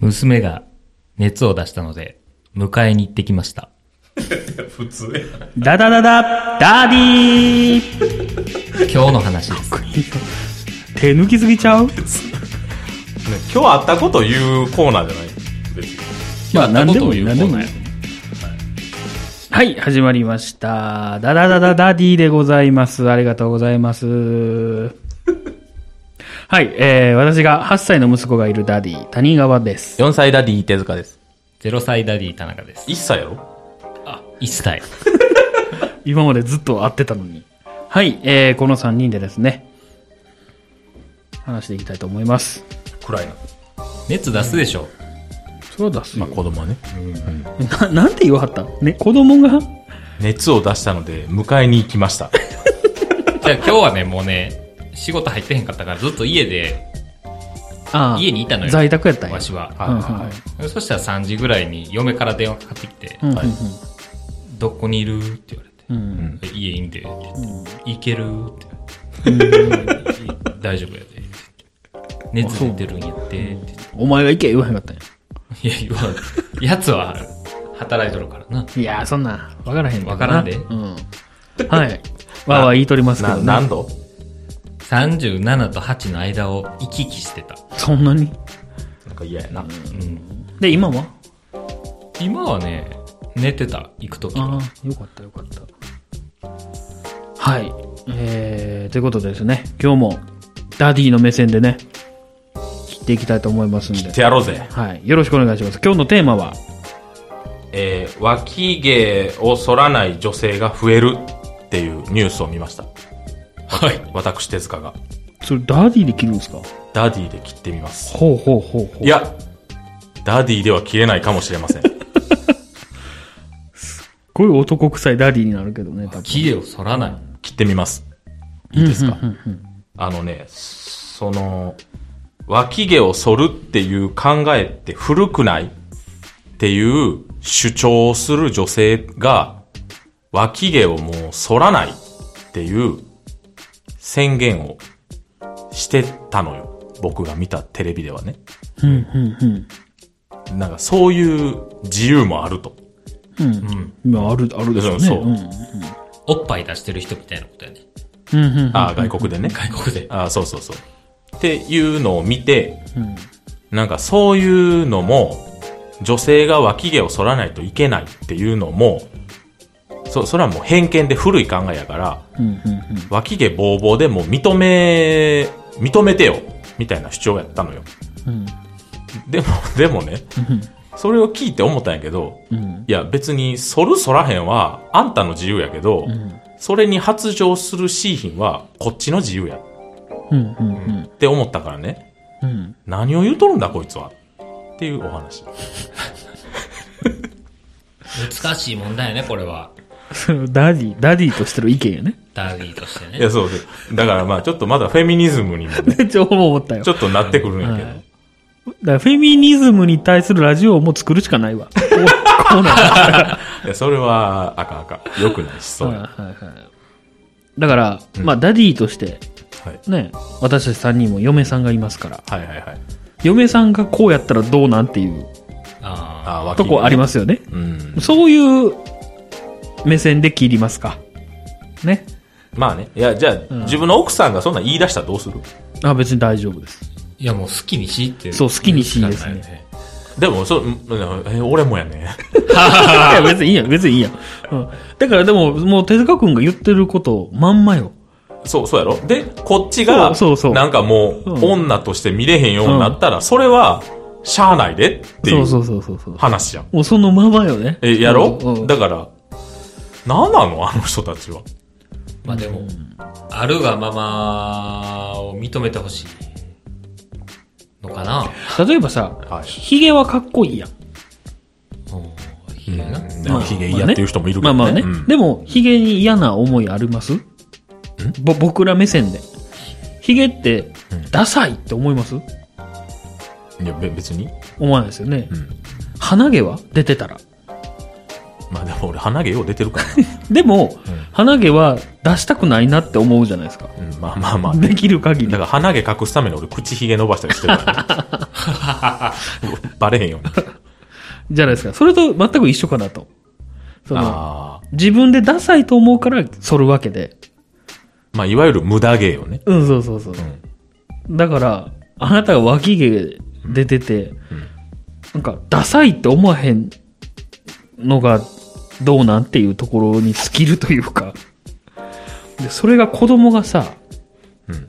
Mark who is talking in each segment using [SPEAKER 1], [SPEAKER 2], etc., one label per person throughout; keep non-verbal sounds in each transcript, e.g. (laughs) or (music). [SPEAKER 1] 娘が熱を出したので、迎えに行ってきました。
[SPEAKER 2] 普通やな。
[SPEAKER 3] ダダダダダディー
[SPEAKER 1] 今日の話です。
[SPEAKER 3] 手抜きすぎちゃう
[SPEAKER 2] 今日あったこと言うコーナーじゃない別に。
[SPEAKER 3] (laughs) ま
[SPEAKER 1] や
[SPEAKER 3] あ
[SPEAKER 1] ったことを言う
[SPEAKER 3] 何でもいい何でもいい
[SPEAKER 1] コーナー
[SPEAKER 3] はい、始まりました。ダダダダダディでございます。ありがとうございます。はい、えー、私が8歳の息子がいるダディ、谷川です。
[SPEAKER 2] 4歳ダディ手塚です。
[SPEAKER 1] 0歳ダディ田中です。
[SPEAKER 2] 1歳やろ
[SPEAKER 1] 1歳。
[SPEAKER 3] 今までずっと会ってたのに。はい、えー、この3人でですね、話していきたいと思います。
[SPEAKER 2] 暗いな。
[SPEAKER 1] 熱出すでしょ。
[SPEAKER 3] それは出すよ。
[SPEAKER 2] 子供はね。
[SPEAKER 3] (laughs) な、なんて言わはったね、子供が
[SPEAKER 2] 熱を出したので、迎えに行きました。
[SPEAKER 1] じゃあ今日はね、もうね、仕事入ってへんかったから、ずっと家で、
[SPEAKER 3] ああ
[SPEAKER 1] 家にいたのよ
[SPEAKER 3] 在宅やったんや。
[SPEAKER 1] わしは。
[SPEAKER 3] うんうんうん。
[SPEAKER 2] は
[SPEAKER 1] そしたら3時ぐらいに嫁から電話かかってきて、
[SPEAKER 3] うんうん
[SPEAKER 2] はい
[SPEAKER 1] どこにいるって言われて。
[SPEAKER 3] うんうん
[SPEAKER 1] 家いいんで、って言って行けるって言われて。 (laughs) 大丈夫やで。熱出てるんやって。って言って
[SPEAKER 3] お前が行け言わへんかったんや。
[SPEAKER 1] いや、言わん。やつは働いとるからな。
[SPEAKER 3] いやー、そんなん、わからへんねな
[SPEAKER 1] わからんで
[SPEAKER 3] うん。はい。わーわー言いとりますけど
[SPEAKER 2] (laughs) な、何
[SPEAKER 3] ね。
[SPEAKER 2] 度
[SPEAKER 1] 37と8の間を行き来してた。
[SPEAKER 3] そんなに
[SPEAKER 2] なんか嫌やな。
[SPEAKER 1] うん。
[SPEAKER 3] で、今は
[SPEAKER 1] 今はね、寝てた、行くとき
[SPEAKER 3] あ
[SPEAKER 1] は。
[SPEAKER 3] あ、よかったよかった。はい。えー、ということでですね、今日も、ダディの目線でね、切っていきたいと思いますんで
[SPEAKER 2] て。やろうぜ。
[SPEAKER 3] はい。よろしくお願いします。今日のテーマは、
[SPEAKER 2] えー、脇毛を剃らない女性が増えるっていうニュースを見ました。
[SPEAKER 1] はい。
[SPEAKER 2] 私手塚が。
[SPEAKER 3] それダディで切るんですか
[SPEAKER 2] ダディで切ってみます。
[SPEAKER 3] ほうほうほうほう。
[SPEAKER 2] い、や、ダディでは切れないかもしれま (laughs) せん。
[SPEAKER 3] こういう男臭いダディになるけどね、多分。
[SPEAKER 1] 木を剃らない。
[SPEAKER 2] 切ってみます。いいですかあのね、その、脇毛を剃るっていう考えって古くないっていう主張をする女性が、脇毛をもう剃らないっていう宣言をしてたのよ。僕が見たテレビではね。
[SPEAKER 3] うん、うん、
[SPEAKER 2] なんかそういう自由もあると。
[SPEAKER 3] うん。う。
[SPEAKER 1] うんん。
[SPEAKER 3] まあ、ある、あるでしょうね。
[SPEAKER 2] そう
[SPEAKER 3] うん
[SPEAKER 1] おっぱい出してる人みたいなことやね。
[SPEAKER 3] うんうんうん。
[SPEAKER 2] ああ、外国でね。
[SPEAKER 1] 外国で。
[SPEAKER 2] ああ、そうそうそう。っていうのを見て、
[SPEAKER 3] うん
[SPEAKER 2] なんかそういうのも、女性が脇毛を剃らないといけないっていうのも、そ、それはもう偏見で古い考えやから、
[SPEAKER 3] うんうんうん。
[SPEAKER 2] 脇毛ボーボーでもう認め、認めてよみたいな主張やったのよ。
[SPEAKER 3] うん
[SPEAKER 2] でも、 (laughs) でもね、それを聞いて思ったんやけど、
[SPEAKER 3] うん
[SPEAKER 2] いや別に剃る剃らへんはあんたの自由やけど、それに発情するシーヒンはこっちの自由や
[SPEAKER 3] うんうんうん
[SPEAKER 2] って思ったからね、
[SPEAKER 3] うん
[SPEAKER 2] 何を言うとるんだこいつはっていうお話。
[SPEAKER 1] 難しい問題やね、これは。
[SPEAKER 3] それをダディ、ダディとしてる意見 (laughs) やね。
[SPEAKER 1] ダディとして
[SPEAKER 2] いや、
[SPEAKER 1] ね。
[SPEAKER 2] そうです。だからまあ、ちょっとまだフェミニズムにもね、
[SPEAKER 3] 情報思った
[SPEAKER 2] (laughs)
[SPEAKER 3] よ。
[SPEAKER 2] ちょっとなってくるんやけど。
[SPEAKER 3] はいだからフェミニズムに対するラジオをもう作るしかないわ。こうこうなんだ (laughs)
[SPEAKER 2] い、や、それは、あかんあかん。よくないし、そう
[SPEAKER 3] はい
[SPEAKER 2] や。
[SPEAKER 3] はいはいだから、まあ、ダディとして、
[SPEAKER 2] はい。
[SPEAKER 3] ね、私たち3人も嫁さんがいますから、
[SPEAKER 2] はいはいはい。
[SPEAKER 3] 嫁さんがこうやったらどうなんっていう
[SPEAKER 1] ああ。
[SPEAKER 2] ああ、
[SPEAKER 3] とこありますよね。
[SPEAKER 2] す。うん。
[SPEAKER 3] そういう目線で切りますか。ね。
[SPEAKER 2] まあね。いや、じゃあ、自分の奥さんがそんなん言い出したらどうする
[SPEAKER 3] あ、別に大丈夫です。
[SPEAKER 1] いや、もう好きにしいって。
[SPEAKER 3] そう好きにしいですね
[SPEAKER 1] 言うしかないよ。
[SPEAKER 2] でも、そう、うんえ俺もやね。
[SPEAKER 3] いや、別にいいやん、別にいいやん。うん。だからでも、もう手塚くんが言ってること、まんまよ。
[SPEAKER 2] そう、そうやろで、こっちが、
[SPEAKER 3] そうそうそう
[SPEAKER 2] なんかもう、
[SPEAKER 3] うん
[SPEAKER 2] 女として見れへんようになったら、それは、しゃあないでってい
[SPEAKER 3] そう
[SPEAKER 2] う
[SPEAKER 3] そうそうそうそう。
[SPEAKER 2] 話やん。
[SPEAKER 3] もうそのままよね。
[SPEAKER 2] え、やろ
[SPEAKER 3] うんうん
[SPEAKER 2] だから、なんなのあ (laughs) の人たちは。
[SPEAKER 1] まあでも、あるがままを認めてほしいのかな。
[SPEAKER 3] 例えばさ、
[SPEAKER 2] はい。
[SPEAKER 3] ヒゲはかっこいいやん。
[SPEAKER 1] うん。ひげな。
[SPEAKER 3] まあ
[SPEAKER 2] ひげ嫌っていう人もいるけ
[SPEAKER 3] ま
[SPEAKER 2] ど
[SPEAKER 3] あ
[SPEAKER 2] ね。
[SPEAKER 3] まあね。
[SPEAKER 2] うん
[SPEAKER 3] でも、ヒゲに嫌な思いありますぼ、僕ら目線で。ヒゲって、ダサいって思います
[SPEAKER 2] いや、べ別に。
[SPEAKER 3] 思わないですよね。
[SPEAKER 2] ん
[SPEAKER 3] 鼻毛は出てたら。
[SPEAKER 2] まあでも俺、鼻毛よう出てるから
[SPEAKER 3] でも、鼻毛は出したくないなって思うじゃ (laughs) ないですか。
[SPEAKER 2] な。うん、まあまあまあ。だ
[SPEAKER 3] できる限り
[SPEAKER 2] か。ら鼻毛隠すために俺、口ひげ伸ばしたりしてるから、ね。
[SPEAKER 3] (laughs)
[SPEAKER 2] バレへんように。
[SPEAKER 3] じゃないですか。それと全く一緒かなと。その、
[SPEAKER 2] ああ。
[SPEAKER 3] 自分でダサいと思うから、剃るわけで。
[SPEAKER 2] まあ、いわゆる無駄芸よね。
[SPEAKER 3] うん、そうそうそう。だから、あなたが脇毛出てて、なんか、ダサいって思わへんのが、どうなんっていうところに尽きるというか。で、それが子供がさ、
[SPEAKER 2] うん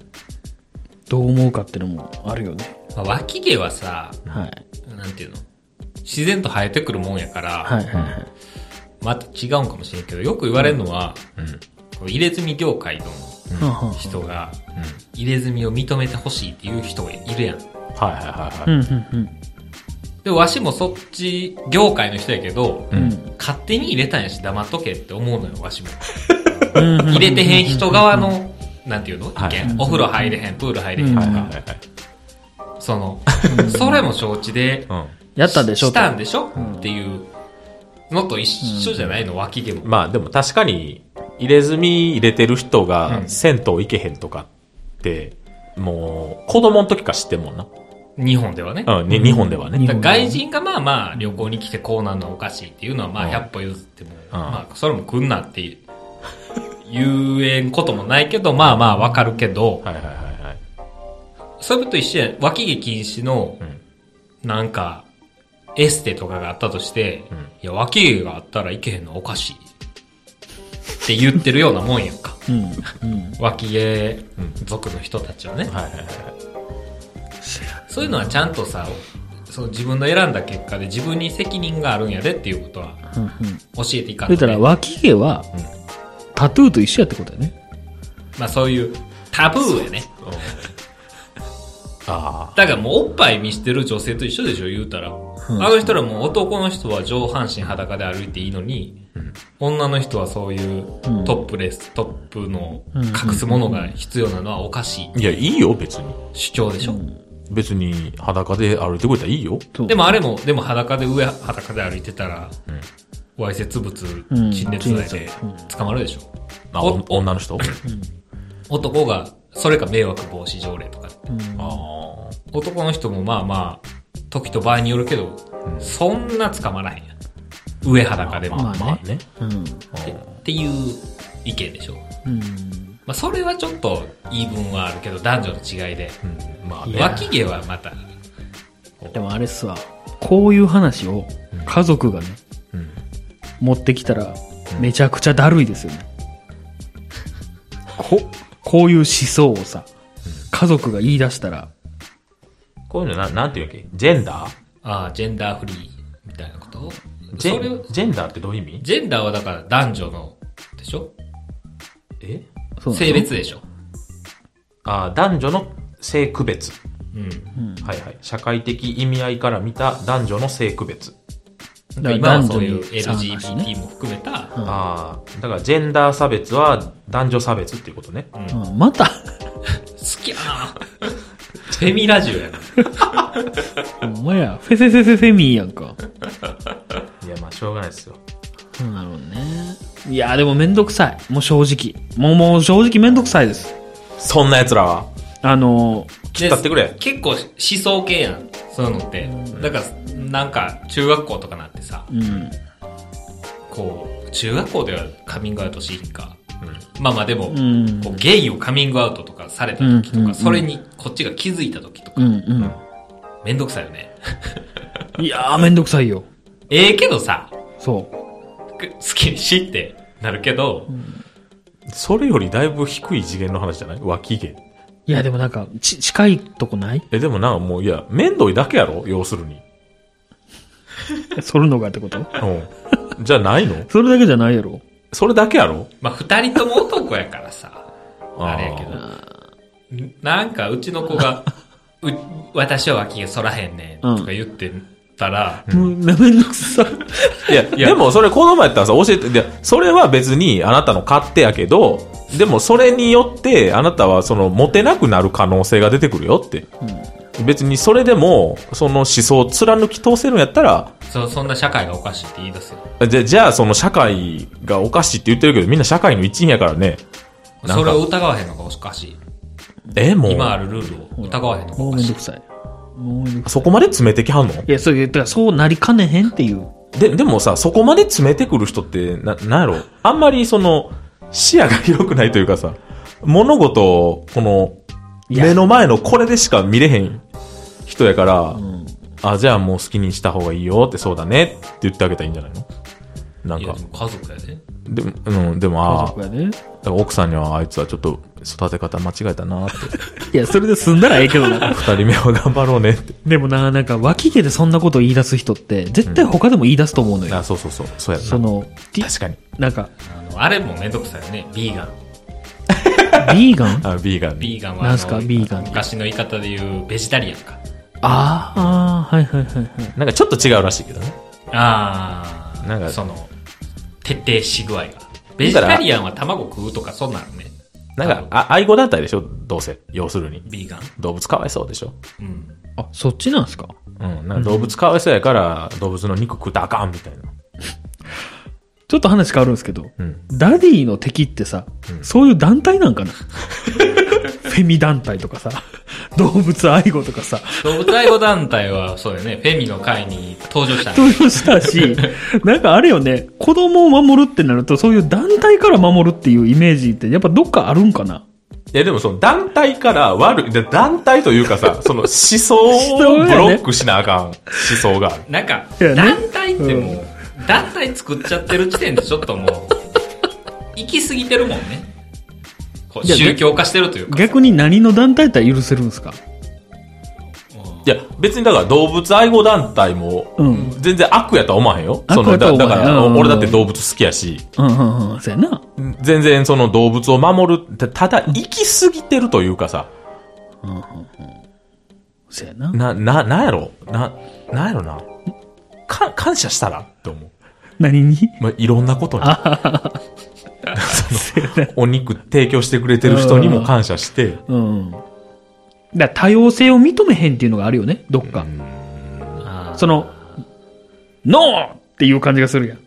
[SPEAKER 3] どう思うかっていうのもあるよね。
[SPEAKER 1] まあ脇毛はさ、
[SPEAKER 3] はい。
[SPEAKER 1] なんていうの自然と生えてくるもんやから、
[SPEAKER 3] はいはいはい。
[SPEAKER 1] また違うんかもしれんけど、よく言われるのは、
[SPEAKER 2] うん。
[SPEAKER 1] こう入れ墨業界の
[SPEAKER 3] はんはんはん
[SPEAKER 1] 人が、入れ墨を認めてほしいっていう人がいるやん。
[SPEAKER 2] はいはいは
[SPEAKER 3] う
[SPEAKER 2] いは
[SPEAKER 3] ん
[SPEAKER 2] い。
[SPEAKER 3] うん
[SPEAKER 1] で、わしもそっち業界の人やけど、
[SPEAKER 3] うん。
[SPEAKER 1] 勝手に入れたんやし黙っとけって思うのよ、わしも。
[SPEAKER 3] うん
[SPEAKER 1] 入れてへん人側の、なんていうの意見、
[SPEAKER 2] はい
[SPEAKER 1] お風呂入れへん、プール入れへんと
[SPEAKER 2] はいはい
[SPEAKER 1] か、
[SPEAKER 2] はいはい。
[SPEAKER 1] その、それも承知で、
[SPEAKER 2] うん。
[SPEAKER 3] やったでしょ
[SPEAKER 1] したん
[SPEAKER 3] で。
[SPEAKER 1] でしょ、っていうのと一緒じゃないの、脇毛も。
[SPEAKER 2] まあでも確かに入れ墨入れてる人
[SPEAKER 1] う
[SPEAKER 2] が
[SPEAKER 1] ん銭
[SPEAKER 2] 銭湯行けへんとかって、もう子供の時から知ってんもんな。
[SPEAKER 1] 日本ではね。
[SPEAKER 2] うん、に日本ではね。
[SPEAKER 3] 日
[SPEAKER 1] だ
[SPEAKER 3] 本
[SPEAKER 1] から外人がまあまあ旅行に来てこうなんのはおかしいっていうのはまあ100歩譲っても、まあそれも来んなっていう言えんこともないけど、まあまあわかるけど、
[SPEAKER 2] はいはいはいはい。
[SPEAKER 1] それと一緒や、脇毛禁止の
[SPEAKER 2] ん、
[SPEAKER 1] なんか、エステとかがあったとして、い
[SPEAKER 2] ん
[SPEAKER 1] や、脇毛があったらいけへんのはおかしい。って言ってるようなもんやんか。
[SPEAKER 3] うん。うん。
[SPEAKER 1] 脇毛族の人たちはね。
[SPEAKER 2] はいはいはい。
[SPEAKER 1] そういうのはちゃんとさ、そう自分の選んだ結果で自分に責任があるんやでっていうことは
[SPEAKER 3] うんうん。
[SPEAKER 1] 教えていかん
[SPEAKER 3] 言
[SPEAKER 1] と
[SPEAKER 3] ったら、
[SPEAKER 1] ね。
[SPEAKER 3] 脇毛は、タトゥーと一緒やってことやね。
[SPEAKER 1] まあそういうタブーやね。
[SPEAKER 2] あ
[SPEAKER 1] だからもうおっぱい見してる女性と一緒でしょ、言うたら。あの人らもう男の人は上半身裸で歩いていいのに、女の人はそういうトップレス、トップの隠すものが必要なのはおかしい
[SPEAKER 2] あ。いや、いいよ、別に。
[SPEAKER 1] 主張でしょ。
[SPEAKER 2] 別に裸で歩いてくれたらいいよ。
[SPEAKER 3] そう
[SPEAKER 1] でもあれも、でも裸で上裸で歩いてたら、わいせつ物
[SPEAKER 3] うん
[SPEAKER 1] 陳列罪で捕まるでしょ。
[SPEAKER 2] まあ、
[SPEAKER 1] お
[SPEAKER 2] お女の人
[SPEAKER 1] 男が、それか迷惑防止条例とかって。
[SPEAKER 2] ああ。
[SPEAKER 1] 男の人もまあまあ、時と場合によるけど、そんな捕まらへんやん。上裸でも。
[SPEAKER 3] まあ
[SPEAKER 2] まあね。
[SPEAKER 3] うん。
[SPEAKER 1] っていう意見でしょ。
[SPEAKER 3] うん。
[SPEAKER 1] まあそれはちょっと言い分はあるけど、男女の違いで。
[SPEAKER 2] うんまあね。
[SPEAKER 1] 脇毛はまた、
[SPEAKER 3] でもあれっすわ。こういう話を、家族がね、
[SPEAKER 2] うん
[SPEAKER 3] 持ってきたら、めちゃくちゃだるいですよね。こ、こういう思想をさ、家族が言い出したら、
[SPEAKER 2] こういうのな、なんていうわけジェンダー
[SPEAKER 1] ああ、ジェンダーフリーみたいなこと
[SPEAKER 2] ジ
[SPEAKER 1] それを
[SPEAKER 2] ェンジェンダーってどういう意味
[SPEAKER 1] ジェンダーはだから男女の、でしょ
[SPEAKER 2] え
[SPEAKER 3] そうなの
[SPEAKER 1] 性別でしょ。
[SPEAKER 2] ああ、男女の性区別。
[SPEAKER 1] うん。
[SPEAKER 2] はいはい。社会的意味合いから見た男女の性区別。
[SPEAKER 3] だから
[SPEAKER 1] 今はそういう
[SPEAKER 3] 男女に差なしね
[SPEAKER 1] LGBT も含めた、
[SPEAKER 2] ああ、だからジェンダー差別は男女差別っていうことね。
[SPEAKER 3] うんまた、
[SPEAKER 1] 好きやな (laughs) フェミラジオやな。
[SPEAKER 3] お前や、フェセセセセミーやんか。
[SPEAKER 2] いや、まあしょうがないですよ。
[SPEAKER 3] そうなのね。いや、でもめんどくさい。もう正直。もう、もう正直めんどくさいです。
[SPEAKER 2] そんな奴らは。
[SPEAKER 3] あの、
[SPEAKER 2] 切ったってくれ
[SPEAKER 1] で結構思想系やん。そういうのって。だから、なんか、中学校とかなってさ、
[SPEAKER 3] うん。
[SPEAKER 1] こう、中学校ではカミングアウトしひんか。まあまあでも、
[SPEAKER 3] ん
[SPEAKER 1] こうゲイをカミングアウトとかされた時とか、
[SPEAKER 3] うんうん
[SPEAKER 1] それにこっちが気づいた時とか、
[SPEAKER 3] うんうん。
[SPEAKER 1] めんどくさいよね。 (laughs)
[SPEAKER 3] いやー、めんどくさいよ。
[SPEAKER 1] ええけどさ、
[SPEAKER 3] そう。
[SPEAKER 1] く好きにしってなるけど、
[SPEAKER 2] それよりだいぶ低い次元の話じゃない脇毛。
[SPEAKER 3] いや、でもなんか、ち、近いとこない
[SPEAKER 2] え、でもなんかもう、いや、面倒いだけやろ要するに。
[SPEAKER 3] 剃るのがってこと
[SPEAKER 2] うん。 (laughs) じゃないの
[SPEAKER 3] それだけじゃないやろ。
[SPEAKER 2] それだけやろ
[SPEAKER 1] まあ二人とも男やからさ、
[SPEAKER 2] あー
[SPEAKER 1] あれやけど、なんかうちの子
[SPEAKER 3] (laughs)
[SPEAKER 1] が、う私は脇毛剃らへんねんとか言ってたら、
[SPEAKER 3] もう、めんどくさ。
[SPEAKER 2] いや、いやでもそれこの前やったらさ、教えて、いや、それは別にあなたの勝手やけど、でもそれによってあなたはその、モテなくなる可能性が出てくるよって。別にそれでも、その思想を貫き通せるんやったら、
[SPEAKER 1] そそんな社会がおかしいって言い出すよ。
[SPEAKER 2] じゃじゃあその社会がおかしいって言ってるけど、みんな社会の一員やからね。なん
[SPEAKER 1] そ
[SPEAKER 2] か
[SPEAKER 1] れを疑わへんのがおかしい。
[SPEAKER 2] え、もう。
[SPEAKER 1] 今あるルールを疑わへんのが
[SPEAKER 3] も
[SPEAKER 1] お
[SPEAKER 3] う
[SPEAKER 1] か
[SPEAKER 3] めん
[SPEAKER 1] し
[SPEAKER 3] ど
[SPEAKER 1] い
[SPEAKER 3] く。さい。もうい
[SPEAKER 2] そこまで詰めてきはんの
[SPEAKER 3] や、そういう、だからそうなりかねへんっていう。
[SPEAKER 2] で、でもさ、そこまで詰めてくる人って、な、なんやろあんまりその、視野が広くないというかさ、物事を、この、
[SPEAKER 3] いや
[SPEAKER 2] 目の前のこれでしか見れへん人やから、あ、じゃあもう好きにした方がいいよってそうだねって言ってあげたらいいんじゃないのなん
[SPEAKER 1] いや、
[SPEAKER 2] か
[SPEAKER 1] で、も家族やで。
[SPEAKER 2] でも、うん、でも、
[SPEAKER 3] 家
[SPEAKER 2] ああ、
[SPEAKER 3] 族
[SPEAKER 2] だ
[SPEAKER 3] やで。
[SPEAKER 2] から奥さんにはあいつはちょっと育て方間違えたなって、
[SPEAKER 3] いや、それで済んだらええけどな。
[SPEAKER 2] 二人目は頑張ろうねって。
[SPEAKER 3] (laughs) でもな、なんか脇毛でそんなこと言い出す人って、絶対他でも言い出すと思うのよ。
[SPEAKER 2] あ、そうそうそう、そうやんな
[SPEAKER 3] その、T-
[SPEAKER 2] 確かに。
[SPEAKER 3] なん (laughs) か、
[SPEAKER 1] あの、あれもめんどくさいよね。ビーガン。
[SPEAKER 3] ビーガン (laughs) あ
[SPEAKER 2] あ、ビーガン。
[SPEAKER 1] ビーガンはあの。
[SPEAKER 3] なんすかビーガンって
[SPEAKER 1] 昔の言い方で言う、ベジタリアンか。
[SPEAKER 3] あー、はいはいはいはい。
[SPEAKER 2] なんかちょっと違うらしいけどね。
[SPEAKER 1] あー。
[SPEAKER 2] なんか
[SPEAKER 1] その、徹底し具合が。ベジタリアンは卵食うとか、そんなのね。
[SPEAKER 2] なんか、あ愛護団体でしょどうせ。要するに。
[SPEAKER 1] ビーガン。
[SPEAKER 2] 動物かわいそうでしょ
[SPEAKER 1] うん。
[SPEAKER 3] あ、そっちなんすか
[SPEAKER 2] うん。なんか動物かわいそうやから、動物の肉食ったらあかんみたいな。
[SPEAKER 3] ちょっと話変わるんですけど、
[SPEAKER 2] うん。
[SPEAKER 3] ダディの敵ってさ、そういう団体なんかな (laughs) フェミ団体とかさ、動物愛護とかさ、
[SPEAKER 1] 動物愛護団体は、そうだよね。フェミの会に登場したね。
[SPEAKER 3] 投票したし、なんかあれよね、子供を守るってなると、そういう団体から守るっていうイメージって、やっぱどっかあるんかない
[SPEAKER 2] や、でもその団体から悪い、で団体というか (laughs) さ、その思想
[SPEAKER 3] 想
[SPEAKER 2] をブ
[SPEAKER 3] やね
[SPEAKER 2] ロックしなあかん思想がある。
[SPEAKER 1] なんか、
[SPEAKER 3] いやね
[SPEAKER 1] 団体ってもう、団体作っちゃってる時点でちょっと
[SPEAKER 3] (laughs)
[SPEAKER 1] もう、行き過ぎてるもんね。こう
[SPEAKER 3] いや
[SPEAKER 1] 宗教化してるというか。
[SPEAKER 3] 逆に何の団体やったら許せるんですか
[SPEAKER 2] いや、別にだから動物愛護団体も
[SPEAKER 3] うん、
[SPEAKER 2] 全然悪やとは思わへんよ。
[SPEAKER 3] 悪
[SPEAKER 2] その
[SPEAKER 3] やとは
[SPEAKER 2] だ
[SPEAKER 3] 思わへ
[SPEAKER 2] だ
[SPEAKER 3] ん
[SPEAKER 2] から、
[SPEAKER 3] うん
[SPEAKER 2] 俺だって動物好きやし、
[SPEAKER 3] うん、うん、うん、そうやな。
[SPEAKER 2] 全然その動物を守るって、ただ行き過ぎてるというかさ、
[SPEAKER 3] そうやな。
[SPEAKER 2] な、な、なんやろな、なんやろな。か、感謝したらって思う。
[SPEAKER 3] 何に
[SPEAKER 2] まあ、いろんなことに。そのお肉提供してくれてる人にも感謝して、
[SPEAKER 3] (laughs) うん。だから多様性を認めへんっていうのがあるよね、どっか。
[SPEAKER 1] あー
[SPEAKER 3] その、ノーっていう感じがするやん。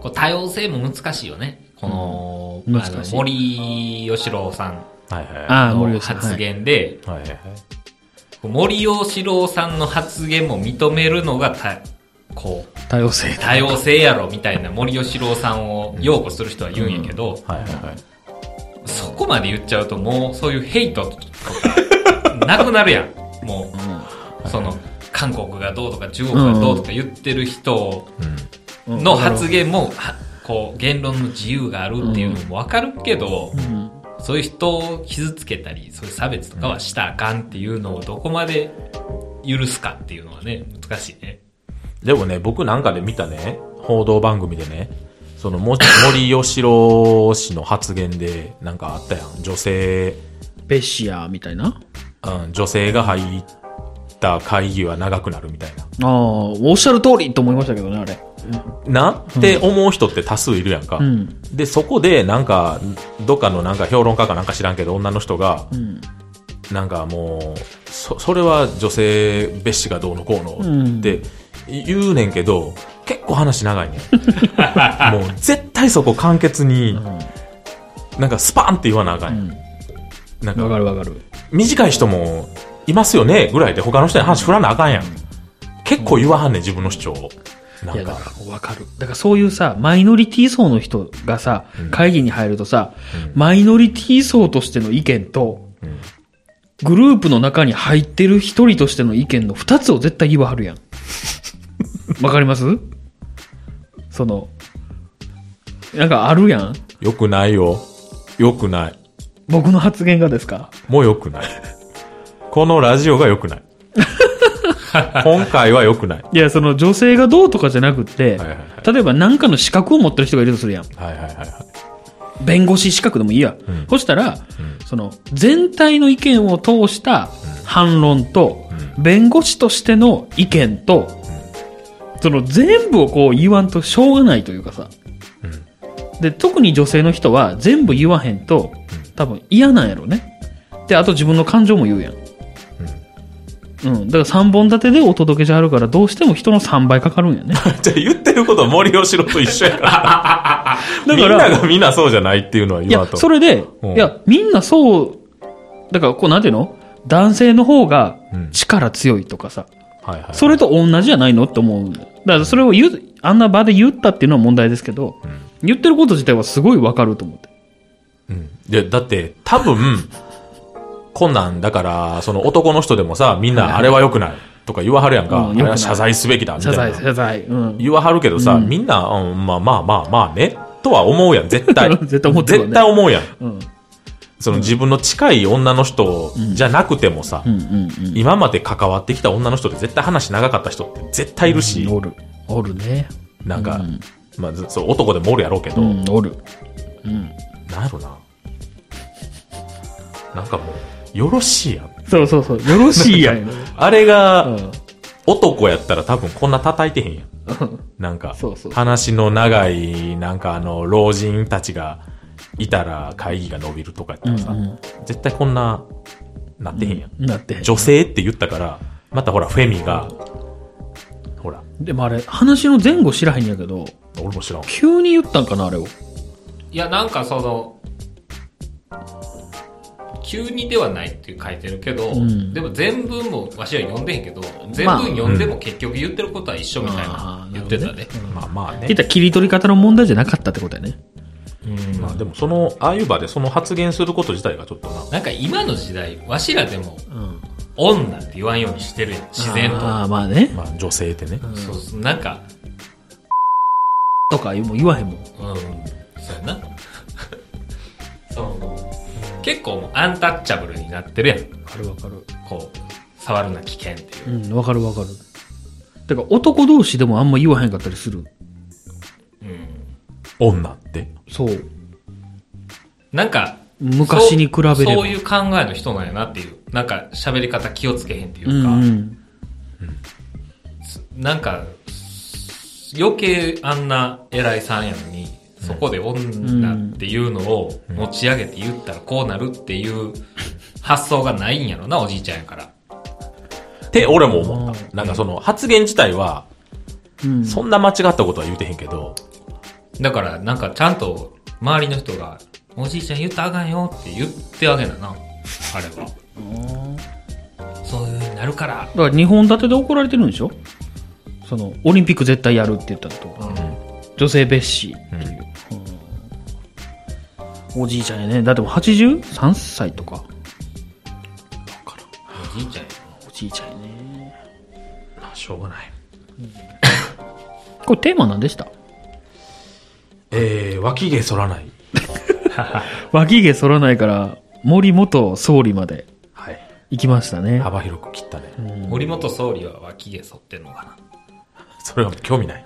[SPEAKER 1] こう多様性も難しいよね。この、
[SPEAKER 3] うん
[SPEAKER 1] あの
[SPEAKER 3] 難しい
[SPEAKER 1] 森吉郎さん
[SPEAKER 2] はいはいは
[SPEAKER 3] ああ、森
[SPEAKER 1] の
[SPEAKER 3] 吉さん
[SPEAKER 1] 発。言で、
[SPEAKER 2] い。はいはいはい
[SPEAKER 1] こう森吉郎さんの発言も認めるのがた、こう、
[SPEAKER 3] はい多様性。
[SPEAKER 1] 多様性やろみたいな森吉郎さんを擁護する人は言うんやけど、
[SPEAKER 2] はいはい。
[SPEAKER 1] そこまで言っちゃうともうそういうヘイトとかなくなるやん。もう、その、韓国がどうとか中国がどうとか言ってる人
[SPEAKER 3] うん
[SPEAKER 1] の発言も、はこう、言論の自由があるっていうのもわかるけど、
[SPEAKER 3] うん
[SPEAKER 1] そういう人を傷つけたり、そういう差別とかはしたらあかんっていうのをどこまで許すかっていうのはね、難しいね。
[SPEAKER 2] でもね、僕なんかで見たね、報道番組でね、そのも森喜朗氏の発言でなんかあったやん。女性、
[SPEAKER 3] ベシアみたいな。
[SPEAKER 2] うん、女性が入った会議は長くなるみたいな。
[SPEAKER 3] ああ、おっしゃる通りと思いましたけどね、あれ。
[SPEAKER 2] なって思う人って多数いるやんか。
[SPEAKER 3] ん
[SPEAKER 2] で、そこで、なんか、どっかのなんか評論家かなんか知らんけど、女の人が、
[SPEAKER 3] ん
[SPEAKER 2] なんかもう、そ、それは女性蔑視がどうのこうのって言うねんけど、結構話長い (laughs) ねん。もう絶対そこ簡潔に、なんかスパンって言わなあかんやん。なん
[SPEAKER 3] わか
[SPEAKER 2] か、
[SPEAKER 3] るわかる。
[SPEAKER 2] 短い人もいますよねぐらいで他の人に話振らなあかんやん。結構言わはんねん、自分の主張を。ない
[SPEAKER 3] や、
[SPEAKER 2] ん
[SPEAKER 3] だ
[SPEAKER 2] か。
[SPEAKER 3] からわかる。だからそういうさ、マイノリティ層の人がさ、会議に入るとさ、マイノリティ層としての意見と、グループの中に入ってる一人としての意見の二つを絶対言わはる (laughs) やん。わかりますその、なんかあるやん
[SPEAKER 2] よくないよ。よくない。
[SPEAKER 3] 僕の発言がですか
[SPEAKER 2] もうよくない。このラジオがよくない。今回はよくない。
[SPEAKER 3] いや、その女性がどうとかじゃなくって、
[SPEAKER 2] はいはい
[SPEAKER 3] 例えば何かの資格を持ってる人がいるとするやん。
[SPEAKER 2] はいはいはいは
[SPEAKER 3] 弁護士資格でもいいや。
[SPEAKER 2] ん
[SPEAKER 3] そしたら、その、全体の意見を通した反論と、弁護士としての意見と、その全部をこう言わんとしょうがないというかさ。で、特に女性の人は全部言わへんと、多分嫌なんやろね。で、あと自分の感情も言うやん。うん。だから3本立てでお届けじゃあるから、どうしても人の3倍かかるん
[SPEAKER 2] (laughs)
[SPEAKER 3] やね。
[SPEAKER 2] い。じゃあ言ってることは森喜朗と一緒やから。
[SPEAKER 3] (laughs) だ
[SPEAKER 2] み
[SPEAKER 3] か
[SPEAKER 2] ん
[SPEAKER 3] ら
[SPEAKER 2] ながみんなそうじゃないっていうのはい今
[SPEAKER 3] や、
[SPEAKER 2] と。
[SPEAKER 3] それで
[SPEAKER 2] うん、
[SPEAKER 3] いや、みんなそう、だから、こう、なんていうの男性の方が力強いとかさ、
[SPEAKER 2] はいはいはい。
[SPEAKER 3] それと同じじゃないのって思うんだよだからそれを言う、あんな場で言ったっていうのは問題ですけど、言ってること自体はすごいわかると思って。
[SPEAKER 2] うん。で、だって、多分、こんなんだから、その男の人でもさ、みんなあれは良くないとか言わはるやんか。
[SPEAKER 3] うん
[SPEAKER 2] あ
[SPEAKER 3] 良くない
[SPEAKER 2] れは謝罪すべきだみた
[SPEAKER 3] 謝
[SPEAKER 2] いな
[SPEAKER 3] 罪、。謝罪。うん。
[SPEAKER 2] 言わはるけどさ、みんな、うん、まあまあまあまあね、とは思うやん、絶対。
[SPEAKER 3] (laughs) 絶対思ってるわね
[SPEAKER 2] 絶対思うやん。
[SPEAKER 3] うん。
[SPEAKER 2] その自分の近い女の人じゃなくてもさ、
[SPEAKER 3] うんうんうん。
[SPEAKER 2] 今まで関わってきた女の人で絶対話長かった人って絶対いるし、
[SPEAKER 3] おる。おるね。
[SPEAKER 2] なんか、まあずそう男でもおるやろうけど、
[SPEAKER 3] うん、おる。
[SPEAKER 2] なんやろな。なんかもう、よろしいやん。
[SPEAKER 3] そうそうそう。よろしいやん。
[SPEAKER 2] あれが、
[SPEAKER 3] うん。
[SPEAKER 2] 男やったら多分こんな叩いてへんやん。なんか
[SPEAKER 3] そうそう、
[SPEAKER 2] 話の長い、なんかあの、老人たちがいたら会議が伸びるとかやったらさ、絶対こんな、なってへんやん。
[SPEAKER 3] なって。
[SPEAKER 2] 女性って言ったから、またほら、フェミが、ほら、
[SPEAKER 3] でもあれ、話の前後知らへんやけど、
[SPEAKER 2] 俺も知らん。
[SPEAKER 3] 急に言ったんかな、あれを。
[SPEAKER 1] いや、なんかその、急にではないって書いてるけど、
[SPEAKER 3] ん
[SPEAKER 1] でも全文もわしは読んでへんけど、全
[SPEAKER 3] まあ
[SPEAKER 1] 文読んでも結局言ってることは一緒みたい
[SPEAKER 3] あ
[SPEAKER 1] な
[SPEAKER 3] ー
[SPEAKER 1] 言ってたね。
[SPEAKER 2] まあまあ
[SPEAKER 3] 言
[SPEAKER 2] ね
[SPEAKER 3] っ。たら切り取り方の問題じゃなかったってことやね。
[SPEAKER 1] うん
[SPEAKER 2] まあでもその、ああいう場でその発言すること自体がちょっとな。
[SPEAKER 1] なんか今の時代、わしらでも
[SPEAKER 3] うん。
[SPEAKER 1] 女って言わんようにしてるやん、自然
[SPEAKER 3] あ
[SPEAKER 1] と。
[SPEAKER 3] あ、まあね。
[SPEAKER 2] まあ女性ってね。
[SPEAKER 1] そうそう、なんか、
[SPEAKER 3] とか言うも言わへんもん。
[SPEAKER 1] うん、そうやな。 (laughs) そう結構もうアンタッチャブルになってるやん。
[SPEAKER 3] わかるわかる。
[SPEAKER 1] こう、触るな危険っていう。
[SPEAKER 3] うん、わかるわかる。だから男同士でもあんま言わへんかったりする。
[SPEAKER 2] 女って。
[SPEAKER 3] そう。
[SPEAKER 1] なんか、
[SPEAKER 3] 昔に比べれば
[SPEAKER 1] そうそういう考えの人なんやなっていう。なんか喋り方気をつけへんっていうか、
[SPEAKER 3] ん。
[SPEAKER 1] なんか、余計あんな偉いさんやのに、そこで女っていうのを持ち上げて言ったらこうなるっていう発想がないんやろな、おじいちゃんやから。
[SPEAKER 2] って俺も思った。なんかその発言自体は、
[SPEAKER 3] うん。
[SPEAKER 2] そんな間違ったことは言うてへんけど、
[SPEAKER 1] だから、なんかちゃんと周りの人が、おじいちゃん言ったらあかんよって言ってあげなな、あれは。そういう風になるから。
[SPEAKER 3] だから2本立てで怒られてるんでしょその、オリンピック絶対やるって言ったのとか、女性蔑視っていう、うんおじいちゃんやね。だってもう83歳とか。
[SPEAKER 1] おじいちゃんや
[SPEAKER 3] おじいちゃんやね。
[SPEAKER 2] まあしょうがない。
[SPEAKER 3] これテーマ何でした
[SPEAKER 2] えー、脇毛剃らない。
[SPEAKER 3] 脇毛剃らないから、森元総理まで
[SPEAKER 2] はい。
[SPEAKER 3] 行きましたね。
[SPEAKER 2] 幅広く切ったね。
[SPEAKER 1] な森本総理は脇毛剃ってんのかな。
[SPEAKER 2] それは興味ない。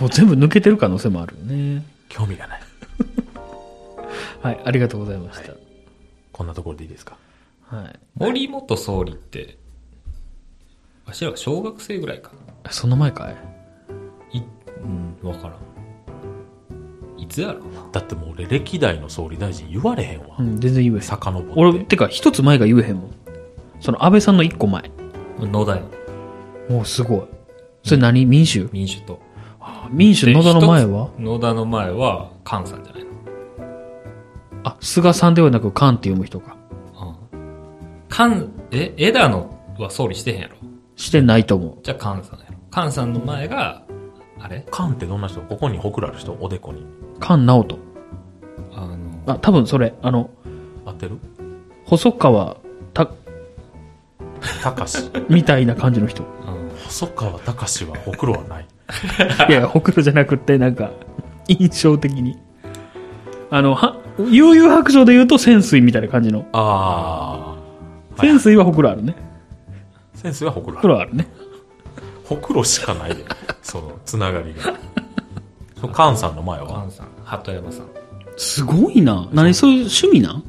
[SPEAKER 3] もう全部抜けてる可能性もあるよね。
[SPEAKER 2] 興味がない。
[SPEAKER 3] はい、ありがとうございました。
[SPEAKER 2] こんなところでいいですか
[SPEAKER 3] はい。
[SPEAKER 1] 森本総理って、わしらが小学生ぐらいかな。
[SPEAKER 3] その前かい
[SPEAKER 1] い、うん、わからん。いつやろうな。
[SPEAKER 2] だってもう俺歴代の総理大臣言われへんわ
[SPEAKER 3] う。ん、全然言えへん。
[SPEAKER 2] 遡って。
[SPEAKER 3] 俺、てか、一つ前が言えへんもん。その安倍さんの一個前。
[SPEAKER 1] 野田や
[SPEAKER 3] もうすごい。それ何民主
[SPEAKER 1] 民主党。
[SPEAKER 3] 民主野田の前は
[SPEAKER 1] で一つ野田の前は菅さんじゃないの。
[SPEAKER 3] あ、菅さんではなく菅って読む人か。
[SPEAKER 1] 菅、え、枝野は総理してへんやろ。
[SPEAKER 3] してないと思
[SPEAKER 1] じゃあ菅さんやろ。菅さんの前が、あれ
[SPEAKER 2] カンってどんな人ここにほくらある人おでこに。
[SPEAKER 3] う。菅直人。
[SPEAKER 1] あの、
[SPEAKER 3] あ、多分それ、あの、
[SPEAKER 2] 合ってる
[SPEAKER 3] 細川た、
[SPEAKER 2] たかし。
[SPEAKER 3] みたいな感じの (laughs) 人。
[SPEAKER 1] うん
[SPEAKER 2] (laughs) 細川たかしはほくろはない。
[SPEAKER 3] いや、ほくろじゃなくって、なんか、印象的に。あの、は、悠々白書で言うと潜水みたいな感じの。
[SPEAKER 2] あ
[SPEAKER 3] 潜水はほくろあるね。
[SPEAKER 2] ー。センスがほくろあ
[SPEAKER 3] ほく
[SPEAKER 2] る。
[SPEAKER 3] ろあるね。
[SPEAKER 2] ほくろしかないで。その、つながりが。そうカンさんの前は
[SPEAKER 1] 菅さん、鳩山さん。
[SPEAKER 3] すごいな。何、そういう趣味なん
[SPEAKER 1] い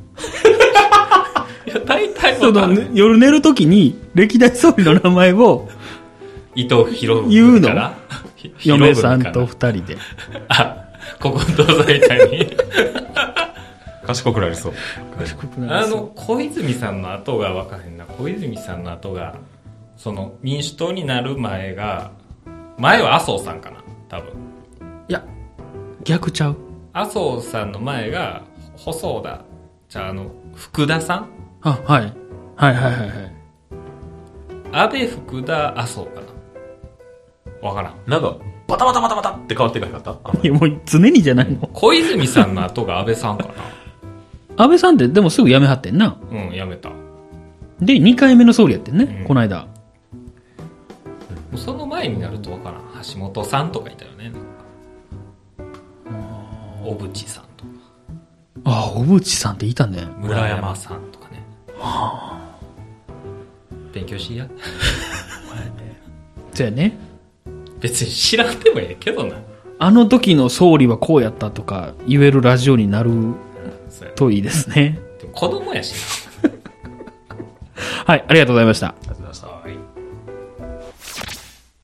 [SPEAKER 1] や、大体
[SPEAKER 3] その、ね夜寝るときに、歴代総理の名前を、
[SPEAKER 1] 伊藤博
[SPEAKER 3] 言う
[SPEAKER 1] 文
[SPEAKER 3] の
[SPEAKER 1] から、 (laughs) ひ
[SPEAKER 3] (laughs) 嫁さん。
[SPEAKER 1] 博
[SPEAKER 3] と
[SPEAKER 1] 文か
[SPEAKER 3] 二人で。
[SPEAKER 1] らあ、ここどうぞみたいに。
[SPEAKER 2] 賢くなりそう。
[SPEAKER 1] あの、小泉さんの後が分からへんな。小泉さんの後が、その、民主党になる前が、前は麻生さんかな、多分。
[SPEAKER 3] いや、逆ちゃう。
[SPEAKER 1] 麻生さんの前が、細田、じゃあ、あの、福田さん
[SPEAKER 3] あ、はい。はいはいはいはい。
[SPEAKER 1] 安倍、福田、麻生かな。わからん。
[SPEAKER 2] なんか、バタバタバタバタって変わってかへんかったあの
[SPEAKER 3] (laughs) いや、もう常にじゃないの。
[SPEAKER 1] 小泉さんの後が安倍さんかな。
[SPEAKER 3] 安倍さんってでもすぐ辞めはってんな。
[SPEAKER 1] うん、やめた。
[SPEAKER 3] で、2回目の総理やってんね、
[SPEAKER 1] うん
[SPEAKER 3] この間。
[SPEAKER 1] その前になるとわからん。橋本さんとかいたよね。小渕さんとか、
[SPEAKER 3] ああ、小渕さんっていたね。
[SPEAKER 1] 村山さんとかね。勉強しいや。 (laughs)
[SPEAKER 3] そうやね。
[SPEAKER 1] 別に知らんでもええけどな。
[SPEAKER 3] あの時の総理はこうやったとか言えるラジオになる
[SPEAKER 1] そうやな
[SPEAKER 3] といいですね。
[SPEAKER 1] でも子供やし
[SPEAKER 3] はい、ありがとうございました。
[SPEAKER 1] な。はい